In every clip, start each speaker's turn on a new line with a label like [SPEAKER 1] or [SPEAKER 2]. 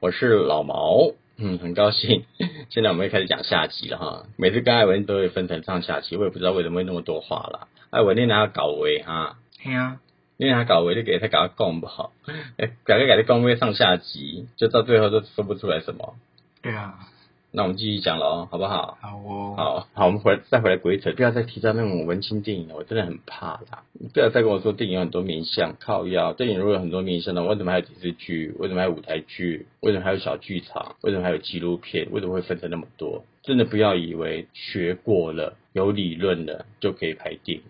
[SPEAKER 1] 我是老毛。嗯，很高兴， 现在我们又开始讲下集了哈。每次跟艾文都会分成上下集，我也不知道为什么会那么多话啦。艾文，你哪搞位哈？
[SPEAKER 2] 系啊，
[SPEAKER 1] 你哪搞位？你给他搞讲不好， 哎改个改个讲位上下集，就到最后都说不出来什么。
[SPEAKER 2] 对啊，
[SPEAKER 1] 那我们继续讲了哦，好不好？
[SPEAKER 2] 好哦，
[SPEAKER 1] 好好，我们回来再回来鬼扯，不要再提到那种文青电影了，我真的很怕啦！你不要再跟我说电影有很多面向，靠腰，电影如果有很多面向的话，为什么还有电视剧？为什么还有舞台剧？为什么还有小剧场？为什么还有纪录片？为什么会分成那么多？真的不要以为学过了、有理论了就可以拍电影。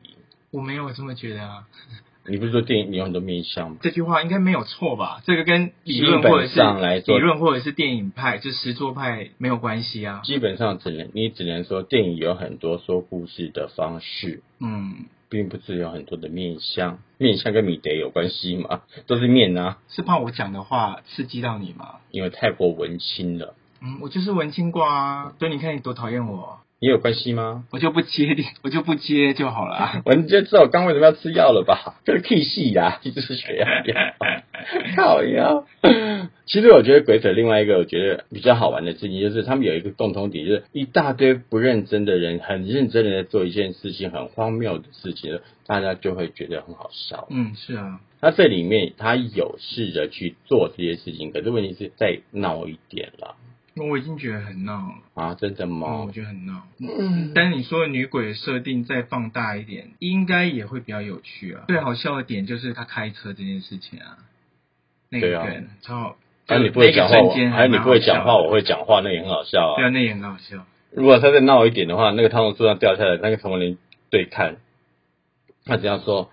[SPEAKER 2] 我没有这么觉得啊。
[SPEAKER 1] 你不是说电影有很多面向吗？
[SPEAKER 2] 这句话应该没有错吧？这个跟理论
[SPEAKER 1] 基本
[SPEAKER 2] 或者是
[SPEAKER 1] 上来说
[SPEAKER 2] 理论或者是电影派，就实作派没有关系啊。
[SPEAKER 1] 基本上只能你只能说电影有很多说故事的方式，
[SPEAKER 2] 嗯，
[SPEAKER 1] 并不是有很多的面向，面向跟米德有关系嘛，都是面啊，
[SPEAKER 2] 是怕我讲的话刺激到你吗？
[SPEAKER 1] 因为太过文青了，
[SPEAKER 2] 嗯，我就是文青挂啊，所以你看你多讨厌我，
[SPEAKER 1] 也有关系吗？
[SPEAKER 2] 我就不接 你，我就不接就好 了啊。
[SPEAKER 1] 我你就知道我刚为什么要吃药了吧？这是 K 系呀，一直啊是血压药， 靠药。其实我觉得鬼扯另外一个我觉得比较好玩的事情，就是他们有一个共同点，就是一大堆不认真的人，很认真的在做一件事情，很荒谬的事情，大家就会觉得很好笑。
[SPEAKER 2] 嗯，是啊，
[SPEAKER 1] 他这里面他有试着去做这些事情，可是问题是再闹一点了
[SPEAKER 2] 我已经觉得很闹了，
[SPEAKER 1] 啊！真的
[SPEAKER 2] 嗯，
[SPEAKER 1] 吗
[SPEAKER 2] 我？觉得很闹。
[SPEAKER 1] 嗯，
[SPEAKER 2] 但是你说的女鬼的设定再放大一点，应该也会比较有趣啊。最好笑的点就是他开车这件事情啊，那个
[SPEAKER 1] 对啊
[SPEAKER 2] 梗、超好，
[SPEAKER 1] 还有哎你不
[SPEAKER 2] 那
[SPEAKER 1] 会
[SPEAKER 2] 个
[SPEAKER 1] 讲话，
[SPEAKER 2] 瞬
[SPEAKER 1] 我
[SPEAKER 2] 间
[SPEAKER 1] 还有你
[SPEAKER 2] 蛮好
[SPEAKER 1] 不会讲话，
[SPEAKER 2] 笑的
[SPEAKER 1] 我会讲话，那也很好笑
[SPEAKER 2] 对啊，
[SPEAKER 1] 啊！
[SPEAKER 2] 那也很好笑。
[SPEAKER 1] 如果他再闹一点的话，那个他从树上掉下来，那个同龄对看，他只要说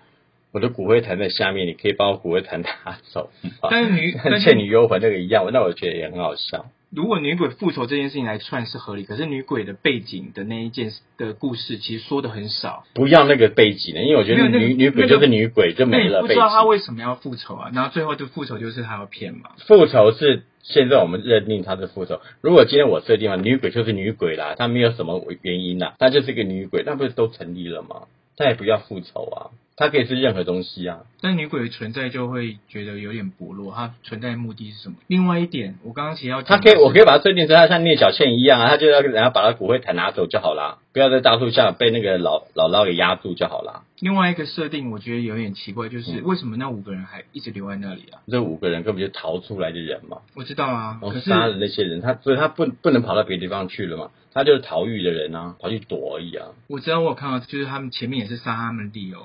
[SPEAKER 1] 我的骨灰坛在下面，你可以把我骨灰坛拿走吗？
[SPEAKER 2] 但是女，但
[SPEAKER 1] 欠
[SPEAKER 2] 是
[SPEAKER 1] 你幽魂那个一样，那我觉得也很好笑。
[SPEAKER 2] 如果女鬼复仇这件事情来串是合理，可是女鬼的背景的那一件的故事其实说的很少，
[SPEAKER 1] 不要那个背景的，因为我觉得
[SPEAKER 2] 没有那个
[SPEAKER 1] 女女鬼
[SPEAKER 2] 那个
[SPEAKER 1] 就是女鬼，就没
[SPEAKER 2] 那
[SPEAKER 1] 了
[SPEAKER 2] 你不
[SPEAKER 1] 背
[SPEAKER 2] 知
[SPEAKER 1] 景
[SPEAKER 2] 道。她为什么要复仇啊？然后最后的复仇就是她要骗嘛。
[SPEAKER 1] 复仇是现在我们认定她是复仇。如果今天我设定了女鬼就是女鬼啦，她没有什么原因啦，她就是个女鬼，那不是都成立了吗？她也不要复仇啊，她可以是任何东西啊。
[SPEAKER 2] 但女鬼的存在就会觉得有点薄弱，她存在的目的是什么？另外一点，我刚刚其实要
[SPEAKER 1] 她
[SPEAKER 2] 讲的
[SPEAKER 1] 可以，
[SPEAKER 2] 是，
[SPEAKER 1] 我可以把她设定成她像聂小倩一样啊，她就要然后把她骨灰坛拿走就好啦，不要在大树下被那个老姥姥给压住就好啦。
[SPEAKER 2] 另外一个设定，我觉得有点奇怪，就是
[SPEAKER 1] 嗯
[SPEAKER 2] 为什么那五个人还一直留在那里啊？
[SPEAKER 1] 这五个人根本就逃出来的人嘛，
[SPEAKER 2] 我知道啊，
[SPEAKER 1] 然后
[SPEAKER 2] 可是
[SPEAKER 1] 哦杀了那些人，他所以他不不能跑到别的地方去了嘛，他就是逃狱的人啊，跑去躲而已啊。
[SPEAKER 2] 我知道我有看到，就是他们前面也是杀他们的理由，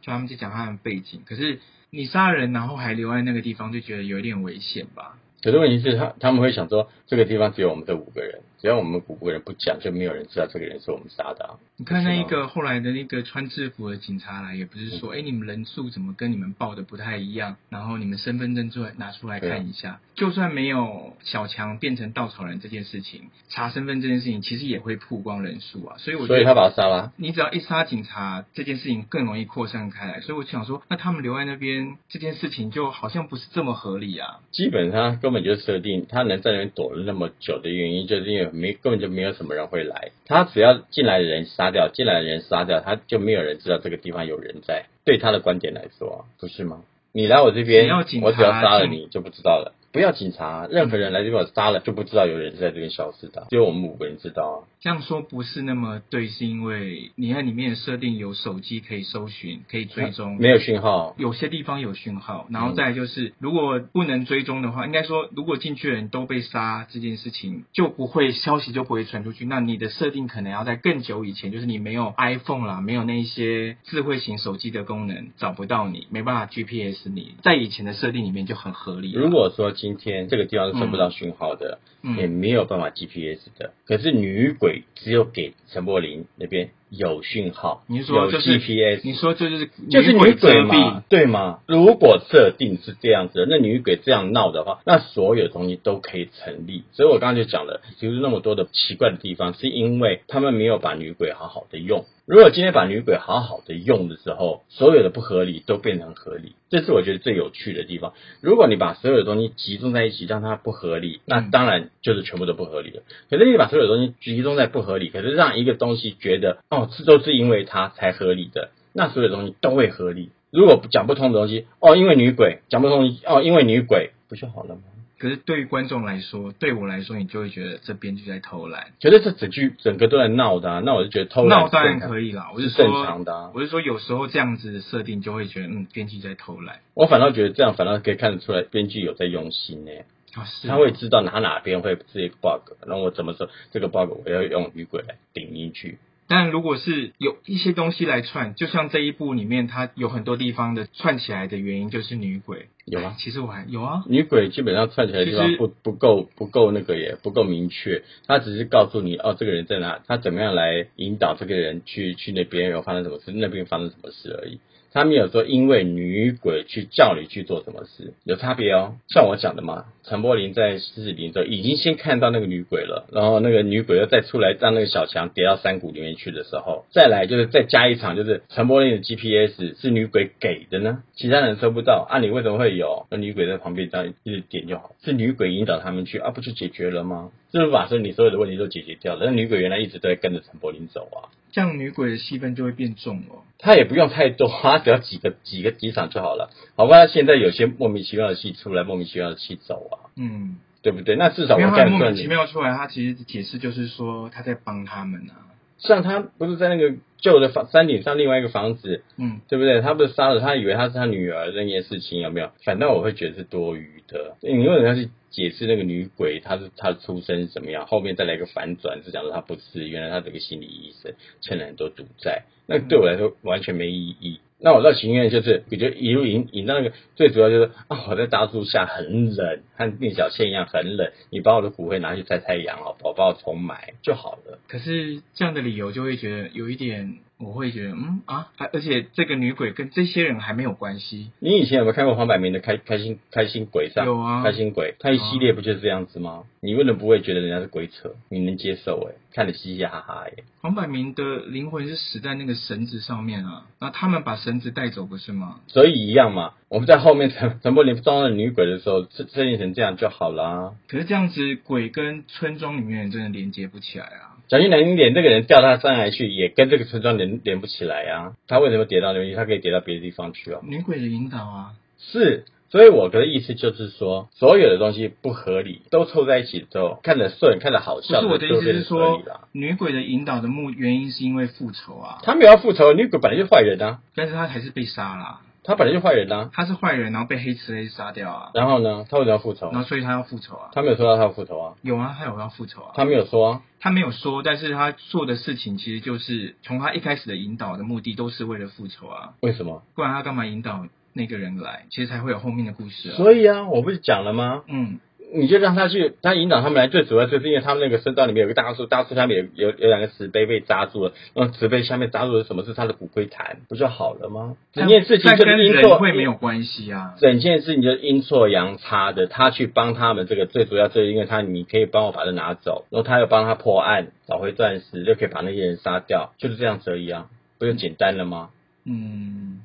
[SPEAKER 2] 就他们就讲他们背景。可是你杀人，然后还留在那个地方，就觉得有点危险吧？
[SPEAKER 1] 可是问题是他他们会想说，这个地方只有我们这五个人，只要我们五个人不讲，就没有人知道这个人是我们杀的、啊。
[SPEAKER 2] 你看
[SPEAKER 1] 是吗
[SPEAKER 2] 那一个后来的那个穿制服的警察来，也不
[SPEAKER 1] 嗯
[SPEAKER 2] 是说，哎、你们人数怎么跟你们报的不太一样？然后你们身份证出来拿出来看一下。就算没有小强变成稻草人这件事情，查身份这件事情其实也会曝光人数啊。所以我觉
[SPEAKER 1] 所
[SPEAKER 2] 得
[SPEAKER 1] 以他把他杀了啊、
[SPEAKER 2] 你只要一杀警察，这件事情更容易扩散开来。所以我想说，那他们留在那边这件事情就好像不是这么合理啊。
[SPEAKER 1] 基本上根本就设定他能在那边躲了那么久的原因，就是因为没根本就没有什么人会来。他只要进来的人杀掉，进来的人杀掉，他就没有人知道这个地方有人在。对他的观点来说，不是吗？你来我这边，
[SPEAKER 2] 只要警察
[SPEAKER 1] 我只要杀了
[SPEAKER 2] 进
[SPEAKER 1] 你就不知道了。不要警察，任何人来这边我杀了就不知道有人在这边消失的，只有我们五个人知道啊。
[SPEAKER 2] 这样说不是那么对，是因为你看里面的设定有手机可以搜寻，可以追踪。
[SPEAKER 1] 没有讯号，啊
[SPEAKER 2] 有些地方有讯
[SPEAKER 1] 嗯
[SPEAKER 2] 号，然后再来就是，如果不能追踪的话，应该说，如果进去的人都被杀这件事情，就不会消息就不会传出去。那你的设定可能要在更久以前，就是你没有 iPhone 啦，没有那些智慧型手机的功能，找不到你，没办法 GPS 你，在以前的设定里面就很合理啦。
[SPEAKER 1] 如果说今天这个地方是收不到讯号的，也
[SPEAKER 2] 嗯，
[SPEAKER 1] 没有办法 GPS 的。可是女鬼只有给陈柏霖那边有讯号，
[SPEAKER 2] 你是说
[SPEAKER 1] 有
[SPEAKER 2] 就是你
[SPEAKER 1] GPS。
[SPEAKER 2] 说这就是
[SPEAKER 1] 就是
[SPEAKER 2] 女鬼遮
[SPEAKER 1] 鬼
[SPEAKER 2] 蔽
[SPEAKER 1] 嘛，，对吗？如果设定是这样子的，那女鬼这样闹的话，那所有东西都可以成立。所以我刚刚就讲了，其实那么多的奇怪的地方，是因为他们没有把女鬼好好的用。如果今天把女鬼好好的用的时候，所有的不合理都变成合理，这是我觉得最有趣的地方。如果你把所有的东西集中在一起，让它不合理，那
[SPEAKER 2] 嗯
[SPEAKER 1] 当然就是全部都不合理了。可是你把所有的东西集中在不合理，可是让一个东西觉得哦，这都是因为它才合理的，那所有东西都会合理。如果讲不通的东西，哦，因为女鬼讲不通，哦，因为女鬼不就好了吗？
[SPEAKER 2] 可是对于观众来说，对我来说，你就会觉得这编剧在偷懒。
[SPEAKER 1] 觉得这整句整个都在闹的、啊，那我就觉得偷懒
[SPEAKER 2] 闹当然
[SPEAKER 1] 以，
[SPEAKER 2] 可以啦，我是
[SPEAKER 1] 是正
[SPEAKER 2] 说，
[SPEAKER 1] 常的、啊。
[SPEAKER 2] 我是说，有时候这样子的设定就会觉得，嗯，编剧在偷懒
[SPEAKER 1] 我反倒觉得这样，反倒可以看得出来编剧有在用心呢、
[SPEAKER 2] 啊，是
[SPEAKER 1] 他会知道哪哪边会是一个 bug，然后我怎么说这个 bug 我要用女鬼来顶进去。
[SPEAKER 2] 但如果是有一些东西来串，就像这一部里面，它有很多地方的串起来的原因就是女鬼。
[SPEAKER 1] 有吗？
[SPEAKER 2] 其实我还有啊，
[SPEAKER 1] 女鬼基本上串起来的地
[SPEAKER 2] 其
[SPEAKER 1] 方
[SPEAKER 2] 实
[SPEAKER 1] 不不够不够那个也不够明确，她只是告诉你哦这个人在哪，她怎么样来引导这个人去去那边有发生什么事，那边发生什么事而已。她没有说因为女鬼去叫你去做什么事，有差别哦。像我讲的嘛，陈柏霖在四十零的时候已经先看到那个女鬼了，然后那个女鬼又再出来让那个小强跌到山谷里面去的时候，再来就是再加一场，就是陈柏霖的 GPS 是女鬼给的呢，其他人收不到，啊，你为什么会有？那女鬼在旁边这样一直点就好，是女鬼引导他们去，啊，不就解决了吗？这是把说你所有的问题都解决掉了，那女鬼原来一直都在跟着陈柏霖走啊。
[SPEAKER 2] 这样女鬼的戏份就会变重哦。
[SPEAKER 1] 他也不用太多，他只要几个几个几场就好了，好吧？现在有些莫名其妙的戏出来，莫名其妙的戏走啊，
[SPEAKER 2] 嗯，
[SPEAKER 1] 对不对？那至少
[SPEAKER 2] 因
[SPEAKER 1] 我
[SPEAKER 2] 为他
[SPEAKER 1] 看
[SPEAKER 2] 莫
[SPEAKER 1] 算
[SPEAKER 2] 名
[SPEAKER 1] 你
[SPEAKER 2] 其妙出来，他其实解释就是说他在帮他们啊。
[SPEAKER 1] 像他不是在那个旧的房山顶上另外一个房子，
[SPEAKER 2] 嗯，
[SPEAKER 1] 对不对？他不是杀了他，以为他是他女儿那件事情有没有？反倒我会觉得是多余的。你为什么要去解释那个女鬼她是她的出身是怎么样？后面再来一个反转，是讲说她不是，原来她是个心理医生，欠了很多赌债。那对我来说完全没意义。那我倒情愿就是，我就一路引引到那个最主要就是啊，我在大树下很冷，和聂小倩一样很冷，你把我的骨灰拿去晒太阳哦好不好？把我重埋就好了。
[SPEAKER 2] 可是这样的理由就会觉得有一点，我会觉得嗯啊，啊而且这个女鬼跟这些人还没有关系。
[SPEAKER 1] 你以前有没有看过黄百鸣的开开心开心鬼上？
[SPEAKER 2] 有啊
[SPEAKER 1] 开心鬼，他一系列不就是这样子吗？你为什么不会觉得人家是鬼扯？你能接受哎、看得嘻嘻哈哈哎、
[SPEAKER 2] 黄百鸣的灵魂是死在那个绳子上面啊，那他们把绳子带走不是吗？
[SPEAKER 1] 所以一样嘛。我们在后面陈陈柏霖撞到女鬼的时候，设设定成这样就好啦。
[SPEAKER 2] 可是这样子，鬼跟村庄里面的人真的连接不起来啊。
[SPEAKER 1] 蒋俊南连这个人掉到山崖去，也跟这个村庄连连不起来啊。他为什么跌到那边去？他可以跌到别的地方去啊。
[SPEAKER 2] 女鬼的引导啊，
[SPEAKER 1] 是，所以我的意思就是说，所有的东西不合理都凑在一起之后，看着顺，看着好
[SPEAKER 2] 不
[SPEAKER 1] 笑，
[SPEAKER 2] 是我的意
[SPEAKER 1] 就
[SPEAKER 2] 思
[SPEAKER 1] 变
[SPEAKER 2] 是
[SPEAKER 1] 得合
[SPEAKER 2] 说
[SPEAKER 1] 理啦。，
[SPEAKER 2] 女鬼的引导的目原因是因为复仇啊，
[SPEAKER 1] 他没有要复仇，女鬼本来就是坏人啊，
[SPEAKER 2] 但是她还是被杀啦，
[SPEAKER 1] 她本来就是坏人啊。
[SPEAKER 2] 她是坏人，然后被黑慈黑杀掉啊，
[SPEAKER 1] 然后呢，他为什么要复仇
[SPEAKER 2] 然？后所以她要复仇啊，
[SPEAKER 1] 他没有说到他要复仇啊，
[SPEAKER 2] 有啊，她有要复仇啊，
[SPEAKER 1] 他没有说啊。
[SPEAKER 2] 她没有说，但是她做的事情其实就是从她一开始的引导的目的都是为了复仇啊，
[SPEAKER 1] 为什么？
[SPEAKER 2] 不然她干嘛引导那个人来？其实才会有后面的故事啊。
[SPEAKER 1] 所以啊，我不是讲了吗？
[SPEAKER 2] 嗯，
[SPEAKER 1] 你就让他去，他引导他们来，最主要就是因为他们那个深道里面有个大树，大树下面有有有两个石碑被扎住了，然后石碑下面扎住的是什么是他的骨灰坛，不就好了吗？整件事情
[SPEAKER 2] 但
[SPEAKER 1] 就
[SPEAKER 2] 跟
[SPEAKER 1] 是因
[SPEAKER 2] 人
[SPEAKER 1] 错
[SPEAKER 2] 会没有关系啊。
[SPEAKER 1] 整件事情就是阴错阳差的，他去帮他们这个最主要就是因为他你可以帮我把它拿走，然后他又帮他破案找回钻石，就可以把那些人杀掉，就是这样子而已啊，不就简单了吗？
[SPEAKER 2] 嗯，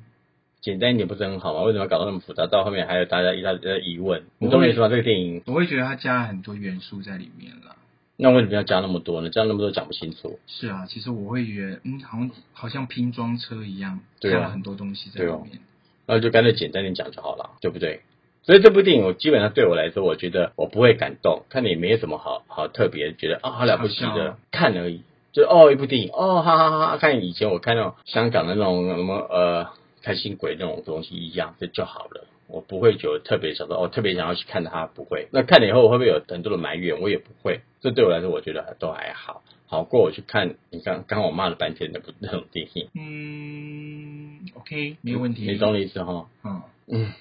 [SPEAKER 1] 简单一点不是很好吗？为什么要搞到那么复杂？到后面还有大家一大堆疑问，你懂我意思吗？这个电影，
[SPEAKER 2] 我会觉得它加了很多元素在里面了。
[SPEAKER 1] 那为什么要加那么多呢？加那么多讲不清楚。
[SPEAKER 2] 是啊，其实我会觉得，嗯，好像好像拼装车一样，加
[SPEAKER 1] 对啊
[SPEAKER 2] 了很多东西在里面。
[SPEAKER 1] 那就干脆简单点讲就好了，对不对？所以这部电影，我基本上对我来说，我觉得我不会感动，看了也没有什么好好特别觉得啊、好了不起
[SPEAKER 2] 好笑
[SPEAKER 1] 的
[SPEAKER 2] 啊，
[SPEAKER 1] 看而已。就哦，一部电影，哦，哈哈哈哈！看以前我看那种香港的那种什么呃开心鬼那种东西一样，这就好了。我不会觉得特别想说，哦，特别想要去看它，不会。那看了以后会不会有很多的埋怨？我也不会。这对我来说，我觉得都还好，好过我去看你刚刚我骂了半天那部那种电影，
[SPEAKER 2] 嗯，OK，没有问题。
[SPEAKER 1] 你懂我的意思哈？
[SPEAKER 2] 嗯，
[SPEAKER 1] 嗯，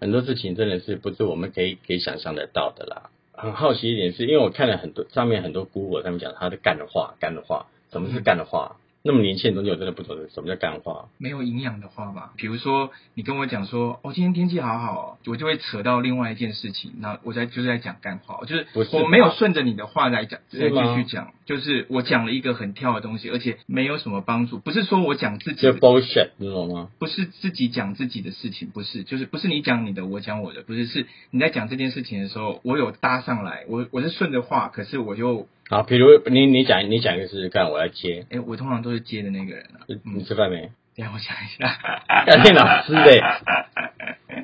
[SPEAKER 1] 很多事情真的是不是我们可以可以想象得到的啦。很好奇一点是，因为我看了很多上面很多 Google 他们讲他的干的话，干的话，什么是干的话？那么年轻人东西我真的不懂得什么叫干话。
[SPEAKER 2] 没有营养的话吧，比如说你跟我讲说，哦，今天天气好好哦，我就会扯到另外一件事情，那我在就是在讲干话，就是
[SPEAKER 1] 不是吧
[SPEAKER 2] 我没有顺着你的话来讲，再
[SPEAKER 1] 是吗
[SPEAKER 2] 继续讲，就是我讲了一个很跳的东西，而且没有什么帮助，不是说我讲自己
[SPEAKER 1] 就
[SPEAKER 2] 的
[SPEAKER 1] bullshit，你懂吗？
[SPEAKER 2] 不是自己讲自己的事情，不是，就是不是你讲你的，我讲我的，不是，是你在讲这件事情的时候，我有搭上来，我我是顺着话，可是我又，
[SPEAKER 1] 好，比如你你讲你讲一个试试看，我来接。
[SPEAKER 2] 哎、我通常都是接的那个人啊。
[SPEAKER 1] 你你吃饭没？
[SPEAKER 2] 等一下我想一下，
[SPEAKER 1] 干电脑师嘞，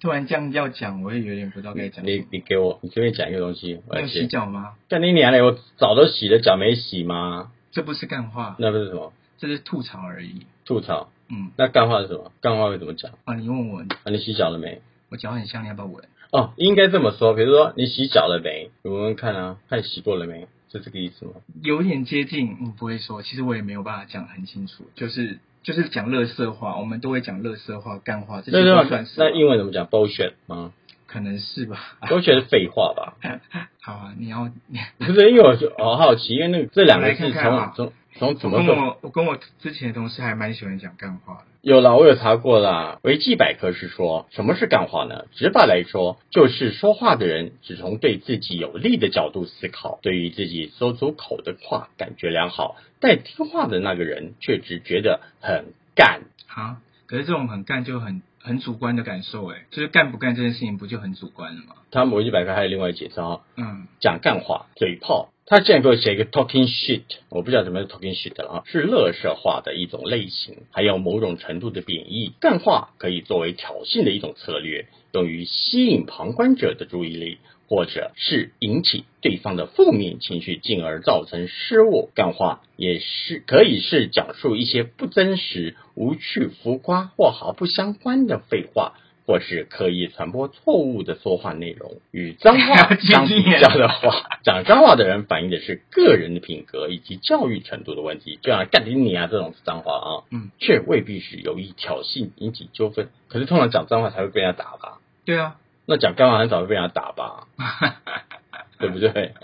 [SPEAKER 2] 突然这样要讲，我也有点不知道该讲什
[SPEAKER 1] 你
[SPEAKER 2] 么。
[SPEAKER 1] 你给我，你随便讲一个东西，我
[SPEAKER 2] 你
[SPEAKER 1] 来
[SPEAKER 2] 有洗
[SPEAKER 1] 接。
[SPEAKER 2] 脚吗？
[SPEAKER 1] 干你娘嘞！我澡都洗了，脚没洗吗？
[SPEAKER 2] 这不是干话，
[SPEAKER 1] 那不是什么
[SPEAKER 2] 这是吐槽而已。
[SPEAKER 1] 吐槽？
[SPEAKER 2] 嗯，
[SPEAKER 1] 那干话是什么？干话会怎么讲？
[SPEAKER 2] 啊，你问我，
[SPEAKER 1] 啊，你洗脚了没？
[SPEAKER 2] 我脚很香，你要不要闻？
[SPEAKER 1] 哦，应该这么说，比如说你洗脚了没？我问问看啊，看你洗过了没？是这个意思吗？
[SPEAKER 2] 有点接近，嗯，不会说，其实我也没有办法讲很清楚，就是就是讲乐色话，我们都会讲乐色话、干话，这
[SPEAKER 1] 那
[SPEAKER 2] 些都
[SPEAKER 1] 那
[SPEAKER 2] 算是吧。
[SPEAKER 1] 那英文怎么讲？bullshit 吗
[SPEAKER 2] 可能是吧。
[SPEAKER 1] ？bullshit 是废话吧？
[SPEAKER 2] 好啊，你要你
[SPEAKER 1] 不是，因为我就好好奇，因为那个这两
[SPEAKER 2] 我
[SPEAKER 1] 个
[SPEAKER 2] 来看
[SPEAKER 1] 字
[SPEAKER 2] 看啊
[SPEAKER 1] 从从从怎
[SPEAKER 2] 我
[SPEAKER 1] 么
[SPEAKER 2] 跟
[SPEAKER 1] 说
[SPEAKER 2] 我我跟我之前的同事还蛮喜欢讲干话的。
[SPEAKER 1] 有啦，我有查过啦。维基百科是说，什么是干话呢？直白来说，就是说话的人只从对自己有利的角度思考，对于自己说出口的话感觉良好，但听话的那个人却只觉得很干。
[SPEAKER 2] 好，可是这种很干就很很主观的感受，哎，就是干不干这件事情不就很主观了吗？
[SPEAKER 1] 他们维基百科还有另外解释哦，
[SPEAKER 2] 嗯，
[SPEAKER 1] 讲干话、嘴炮。他竟然给我写一个 talking shit，我不知道什么是 talking shit 了啊，是乐色化的一种类型，还有某种程度的贬义。干话可以作为挑衅的一种策略，用于吸引旁观者的注意力，或者是引起对方的负面情绪，进而造成失误。干话也是可以是讲述一些不真实、无趣、浮夸或毫不相关的废话。或是刻意传播错误的说话内容。与脏话相比较的话，讲脏话的人反映的是个人的品格以及教育程度的问题，就像干你你啊这种是脏话啊，
[SPEAKER 2] 嗯，
[SPEAKER 1] 却未必是有意挑衅引起纠纷。可是通常讲脏话才会被人家打吧？
[SPEAKER 2] 对啊，
[SPEAKER 1] 那讲干话很少会被人家打 吧？对不对？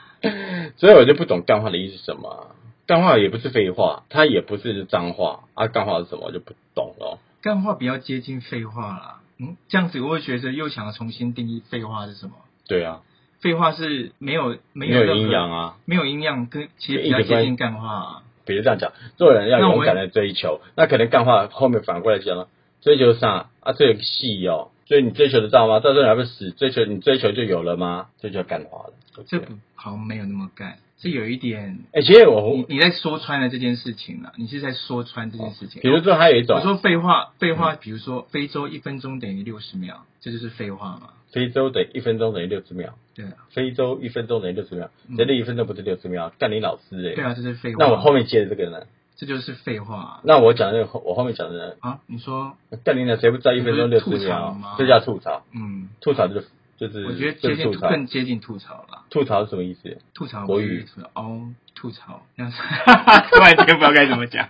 [SPEAKER 1] 所以我就不懂干话的意思是什么啊。干话也不是废话，它也不是脏话啊，干话是什么我就不懂了。
[SPEAKER 2] 干话比较接近废话啦。嗯，这样子我会觉得又想要重新定义废话是什么？
[SPEAKER 1] 对啊，
[SPEAKER 2] 废话是没有没
[SPEAKER 1] 没
[SPEAKER 2] 有
[SPEAKER 1] 有
[SPEAKER 2] 任
[SPEAKER 1] 营
[SPEAKER 2] 何
[SPEAKER 1] 养，啊。
[SPEAKER 2] 没有营养，跟其实
[SPEAKER 1] 就
[SPEAKER 2] 比
[SPEAKER 1] 一直
[SPEAKER 2] 较接
[SPEAKER 1] 关
[SPEAKER 2] 近干话、啊。
[SPEAKER 1] 比如这样讲，做人要
[SPEAKER 2] 那我
[SPEAKER 1] 勇敢的追求，那可能干话后面反过来讲了，追求啥啊？追求戏哦，所以你追求得到吗？到最后还不死，追求你追求就有了吗？这就干话了。
[SPEAKER 2] 这不好像没有那么干，这有一点
[SPEAKER 1] 哎、其实我
[SPEAKER 2] 你你在说穿了这件事情了，你是在说穿这件事情。
[SPEAKER 1] 比如说还有一种嗯
[SPEAKER 2] 我，说废话，废话，比如说非洲一分钟等于六十秒，这就是废话嘛？
[SPEAKER 1] 非洲等于一分钟等于六十秒，
[SPEAKER 2] 对啊，
[SPEAKER 1] 非洲一分钟等于六十秒，
[SPEAKER 2] 嗯
[SPEAKER 1] 人类一分钟不是六十秒？干你老师哎、
[SPEAKER 2] 对啊，这是废话。
[SPEAKER 1] 那我后面接的这个呢？
[SPEAKER 2] 这就是废话
[SPEAKER 1] 那我讲的那个我后面讲的
[SPEAKER 2] 啊！你说，
[SPEAKER 1] 呢？干你娘，谁不知道一分钟
[SPEAKER 2] 你
[SPEAKER 1] 六
[SPEAKER 2] 不
[SPEAKER 1] 十
[SPEAKER 2] 是吐槽
[SPEAKER 1] 秒
[SPEAKER 2] 吗？
[SPEAKER 1] 这叫吐槽，
[SPEAKER 2] 嗯，
[SPEAKER 1] 吐槽就是就是
[SPEAKER 2] 我觉得
[SPEAKER 1] 就是
[SPEAKER 2] 接近
[SPEAKER 1] 吐槽，
[SPEAKER 2] 更接近吐槽了。
[SPEAKER 1] 吐槽是什么意思？
[SPEAKER 2] 吐槽
[SPEAKER 1] 国语
[SPEAKER 2] 不是吐槽哦，吐槽， 那是突然间不知道该怎么讲。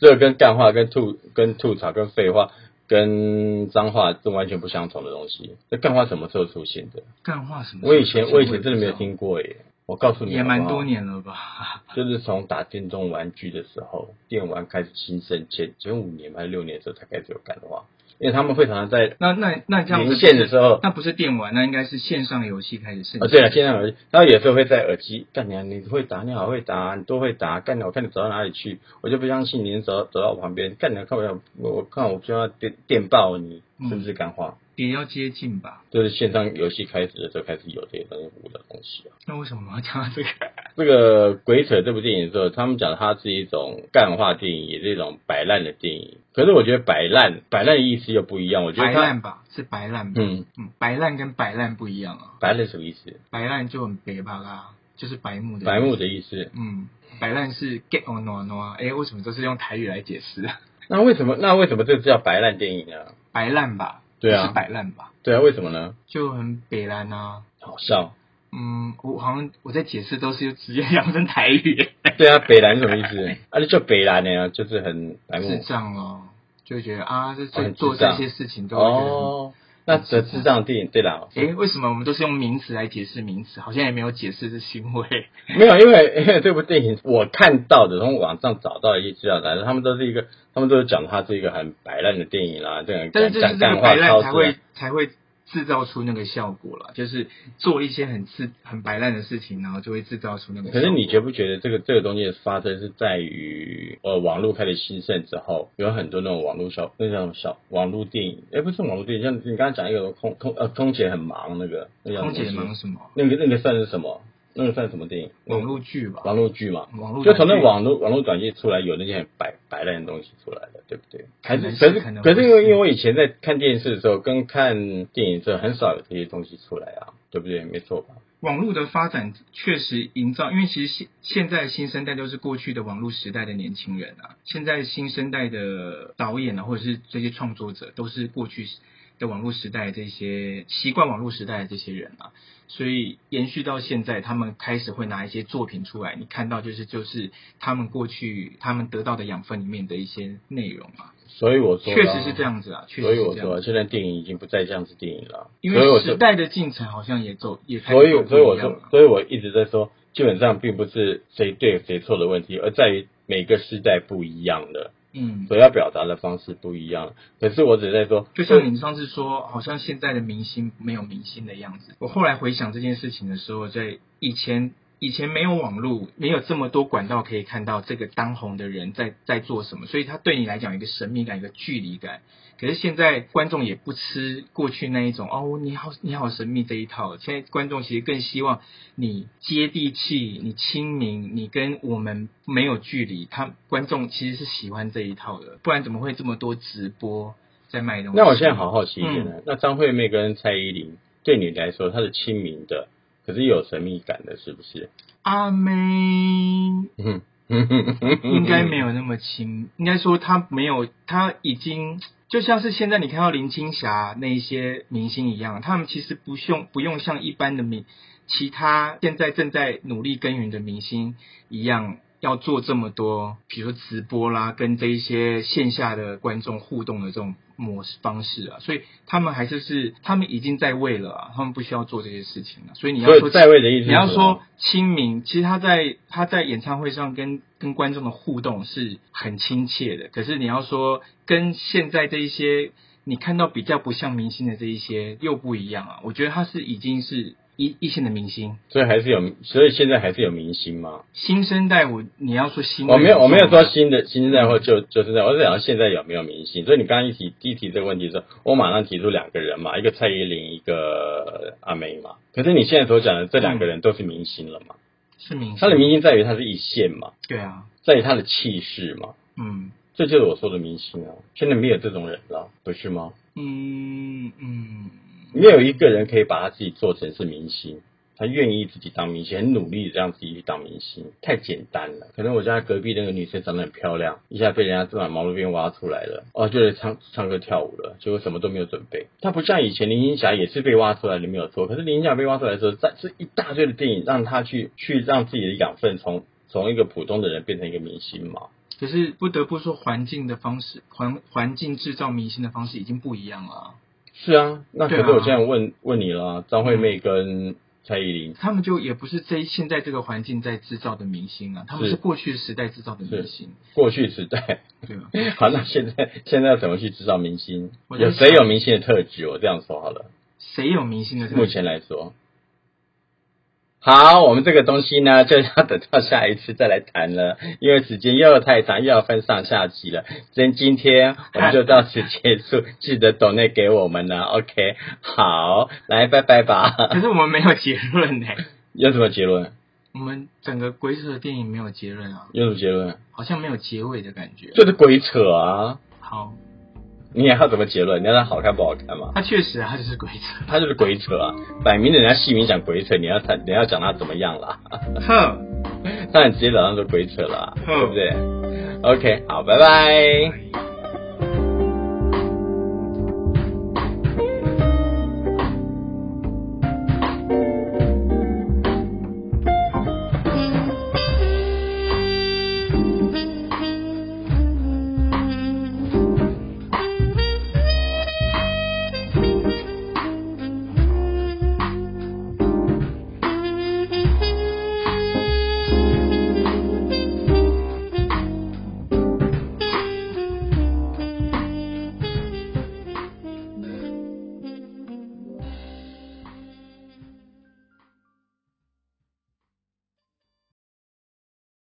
[SPEAKER 1] 这个跟干话、跟吐、跟吐槽、跟废话、跟脏话是完全不相同的东西。那干话什么时候出现的？
[SPEAKER 2] 干话什么？
[SPEAKER 1] 我以前我以前真的没有
[SPEAKER 2] 过，
[SPEAKER 1] 听过耶。我告诉你，
[SPEAKER 2] 也蛮
[SPEAKER 1] 好不好
[SPEAKER 2] 多，年了吧？
[SPEAKER 1] 就是从打电动玩具的时候，电玩开始兴盛前前五年还是六年的时候才开始有干话，因为他们会常常在
[SPEAKER 2] 那那那这样子
[SPEAKER 1] 连线的时候，
[SPEAKER 2] 那不是电玩，那应该是线上游戏开始盛行。
[SPEAKER 1] 啊，对了，现在耳，然后有时候会在耳机干你、啊，你会打，你好会打，你都会打，干你，我看你走到哪里去，我就不相信你能走到走到我旁边，干你啊，看我要，我我看我就要电电爆你，是不是干话？
[SPEAKER 2] 也要接近吧？
[SPEAKER 1] 就是线上游戏开始的时候开始有这些东西无的东西啊。
[SPEAKER 2] 那为什么我要讲到这个？
[SPEAKER 1] 这个《鬼扯》这部电影的时候，他们讲它是一种干话电影，也是一种摆烂的电影。可是我觉得摆烂，摆烂的意思又不一样。我觉
[SPEAKER 2] 白
[SPEAKER 1] 得它，
[SPEAKER 2] 烂吧，是白烂吧？
[SPEAKER 1] 嗯，
[SPEAKER 2] 嗯，白烂跟白烂不一样啊，
[SPEAKER 1] 摆烂什么意思？
[SPEAKER 2] 白烂就很白吧啦，就是白目的。
[SPEAKER 1] 白目。的意思。
[SPEAKER 2] 嗯，白烂是 get on no no，哎，为什么都是用台语来解释？
[SPEAKER 1] 那为什么？那为什么这叫白烂电影呢？
[SPEAKER 2] 白烂吧？
[SPEAKER 1] 对啊
[SPEAKER 2] 是白烂吧？
[SPEAKER 1] 对啊，为什么呢？
[SPEAKER 2] 就很北烂啊。
[SPEAKER 1] 好 笑。
[SPEAKER 2] 嗯，我好像我在解释都是直接讲成台语，
[SPEAKER 1] 对啊，北蓝是什么意思？啊，就叫北蓝呢，就是很白
[SPEAKER 2] 智
[SPEAKER 1] 目。
[SPEAKER 2] 障哦，就会觉得啊，这
[SPEAKER 1] 哦
[SPEAKER 2] 这
[SPEAKER 1] 很
[SPEAKER 2] 做
[SPEAKER 1] 智
[SPEAKER 2] 这
[SPEAKER 1] 障
[SPEAKER 2] 些事情都会觉得很
[SPEAKER 1] 哦，那则智障的电影对啦，
[SPEAKER 2] 诶，为什么我们都是用名词来解释名词？好像也没有解释是行为。
[SPEAKER 1] 没有，因为因为这部电影我看到的，从网上找到的一些资料来的，他们都是一个，他们都是讲它是一个很白烂的电影啦，这样
[SPEAKER 2] 但
[SPEAKER 1] 讲
[SPEAKER 2] 是这就
[SPEAKER 1] 讲
[SPEAKER 2] 是这
[SPEAKER 1] 干
[SPEAKER 2] 个
[SPEAKER 1] 话
[SPEAKER 2] 白烂
[SPEAKER 1] 超
[SPEAKER 2] 才
[SPEAKER 1] 市
[SPEAKER 2] 会
[SPEAKER 1] 啊。
[SPEAKER 2] 才会制造出那个效果啦，就是做一些很自很白烂的事情，然后就会制造出那个效
[SPEAKER 1] 可
[SPEAKER 2] 果。
[SPEAKER 1] 是你觉不觉得这个这个东西的发生是在于呃网络开始兴盛之后，有很多那种网络小那种小网络电影，哎不是网络电影，像你刚刚讲一个空空呃空姐很忙那个，那叫
[SPEAKER 2] 空姐
[SPEAKER 1] 什么
[SPEAKER 2] 忙什么？
[SPEAKER 1] 那个那个算是什么？那个算什么电影？
[SPEAKER 2] 网络剧吧，
[SPEAKER 1] 网络剧嘛，
[SPEAKER 2] 网络
[SPEAKER 1] 就从那
[SPEAKER 2] 短剧
[SPEAKER 1] 网络网络短剧出来，有那些很白白烂的东西出来了，对不对？还是
[SPEAKER 2] 可
[SPEAKER 1] 可
[SPEAKER 2] 能是
[SPEAKER 1] 是
[SPEAKER 2] 可能
[SPEAKER 1] 可
[SPEAKER 2] 会
[SPEAKER 1] 是因为
[SPEAKER 2] 是
[SPEAKER 1] 因为我以前在看电视的时候，跟看电影的时候很少有这些东西出来啊，对不对？没错吧？
[SPEAKER 2] 网络的发展确实营造，因为其实现现在新生代都是过去的网络时代的年轻人啊，现在新生代的导演啊，或者是这些创作者，都是过去的网络时代的这些习惯网络时代的这些人啊，所以延续到现在，他们开始会拿一些作品出来，你看到就是就是他们过去他们得到的养分里面的一些内容啊，
[SPEAKER 1] 所以我说、
[SPEAKER 2] 确实是这。样子啊，确
[SPEAKER 1] 所
[SPEAKER 2] 实
[SPEAKER 1] 以
[SPEAKER 2] 是
[SPEAKER 1] 我
[SPEAKER 2] 这样
[SPEAKER 1] 说，
[SPEAKER 2] 子，
[SPEAKER 1] 现在电影已经不再像是电影了。
[SPEAKER 2] 因
[SPEAKER 1] 所以我
[SPEAKER 2] 为
[SPEAKER 1] 说
[SPEAKER 2] 时代的进程好像也走也开始
[SPEAKER 1] 所以
[SPEAKER 2] 走不
[SPEAKER 1] 所以我
[SPEAKER 2] 一样
[SPEAKER 1] 说
[SPEAKER 2] 了，
[SPEAKER 1] 所以我一直在说，基本上并不是谁对谁错的问题，而在于每个时代不一样的，
[SPEAKER 2] 嗯。
[SPEAKER 1] 所要表达的方式不一样。可是我只是在说，
[SPEAKER 2] 就像你上次说，好像现在的明星没有明星的样子。我后来回想这件事情的时候，在以前以前没有网络，没有这么多管道可以看到这个当红的人在在做什么，所以他对你来讲有一个神秘感，一个距离感。可是现在观众也不吃过去那一种哦，你好你好神秘这一套。现在观众其实更希望你接地气，你亲民，你跟我们没有距离。他观众其实是喜欢这一套的，不然怎么会这么多直播在卖东西？
[SPEAKER 1] 那我现在好好奇一
[SPEAKER 2] 嗯
[SPEAKER 1] 点呢，那张惠妹跟蔡依林对你来说，她是亲民的，可是有神秘感的，是不是？
[SPEAKER 2] 阿妹
[SPEAKER 1] 嗯，
[SPEAKER 2] 应
[SPEAKER 1] 应
[SPEAKER 2] 该没。有那么亲，应该说她没有，她已经就像是现在你看到林青霞那一些明星一样，他们其实不用不用像一般的明其他现在正在努力耕耘的明星一样。要做这么多，比如说直播啦，跟这一些线下的观众互动的这种模式方式啊，所以他们还是是他们已经在位了啊，他们不需要做这些事情了。所以你要
[SPEAKER 1] 所
[SPEAKER 2] 说
[SPEAKER 1] 以在位的意思，
[SPEAKER 2] 你要说，亲民，其实他在他在演唱会上跟跟观众的互动是很亲切的。可是你要说跟现在这一些你看到比较不像明星的这一些又不一样啊，我觉得他是已经是一一线的明星，
[SPEAKER 1] 所以还是有，所以现在还是有明星嘛。
[SPEAKER 2] 新生代我你要说新的
[SPEAKER 1] 我没有，
[SPEAKER 2] 很
[SPEAKER 1] 我没有
[SPEAKER 2] 重
[SPEAKER 1] 说
[SPEAKER 2] 要
[SPEAKER 1] 新的新代或旧旧生代，我是讲现在有没有明星。所以你刚刚一提一提这个问题的时候，我马上提出两个人嘛，一个蔡依林，一个阿妹嘛。可是你现在所讲的这两个人都是明星了嘛？
[SPEAKER 2] 嗯是明星，
[SPEAKER 1] 他的明星在于他是一线嘛，
[SPEAKER 2] 对啊，
[SPEAKER 1] 在于他的气势嘛。
[SPEAKER 2] 嗯
[SPEAKER 1] 这就是我说的明星啊，现在没有这种人了，不是吗？
[SPEAKER 2] 嗯嗯，
[SPEAKER 1] 没有一个人可以把他自己做成是明星，他愿意自己当明星，很努力地让自己去当明星，太简单了。可能我家隔壁那个女生长得很漂亮，一下被人家这把毛路边挖出来了，哦，就来唱唱歌跳舞了，结果什么都没有准备。她不像以前林青霞也是被挖出来的，没有错。可是林青霞被挖出来的时候，在是一大堆的电影让她去去让自己的养分从从一个普通的人变成一个明星嘛。
[SPEAKER 2] 可是不得不说环境的方式环环境制造明星的方式已经不一样了啊、
[SPEAKER 1] 是啊，那可
[SPEAKER 2] 对啊嗯
[SPEAKER 1] 是我现在问问你了，张惠妹跟蔡依林，
[SPEAKER 2] 他们就也不是这现在这个环境在制造的明星啊，他们
[SPEAKER 1] 是
[SPEAKER 2] 是过去时代制造的明星，
[SPEAKER 1] 过去时代，
[SPEAKER 2] 对吧？
[SPEAKER 1] 好，那现在现在要怎么去制造明星？
[SPEAKER 2] 我在
[SPEAKER 1] 有谁有明星的特质？我这样说好了，
[SPEAKER 2] 谁有明星的特质？
[SPEAKER 1] 目前来说。好，我们这个东西呢，就要等到下一次再来谈了，因为时间又太长，又要分上下集了。今今天我们就到此结束，记得 d 内给我们呢，OK？好，来拜拜吧。
[SPEAKER 2] 可是我们没有结论呢、
[SPEAKER 1] 有什么结论？
[SPEAKER 2] 我们整个鬼扯的电影没有结论啊，
[SPEAKER 1] 有什么结论？
[SPEAKER 2] 好像没有结尾的感觉。
[SPEAKER 1] 就是鬼扯啊！
[SPEAKER 2] 好，
[SPEAKER 1] 你也要怎么结论？你要它好看不好看嘛？
[SPEAKER 2] 它确实啊，它就是鬼扯。
[SPEAKER 1] 他就是鬼扯啊！摆明人家戏名讲鬼扯，你要他你要讲他怎么样啦？
[SPEAKER 2] 哼。
[SPEAKER 1] 那你直接找他做鬼扯啦，
[SPEAKER 2] 嗯
[SPEAKER 1] 对不对？OK，好，拜拜。
[SPEAKER 2] 哎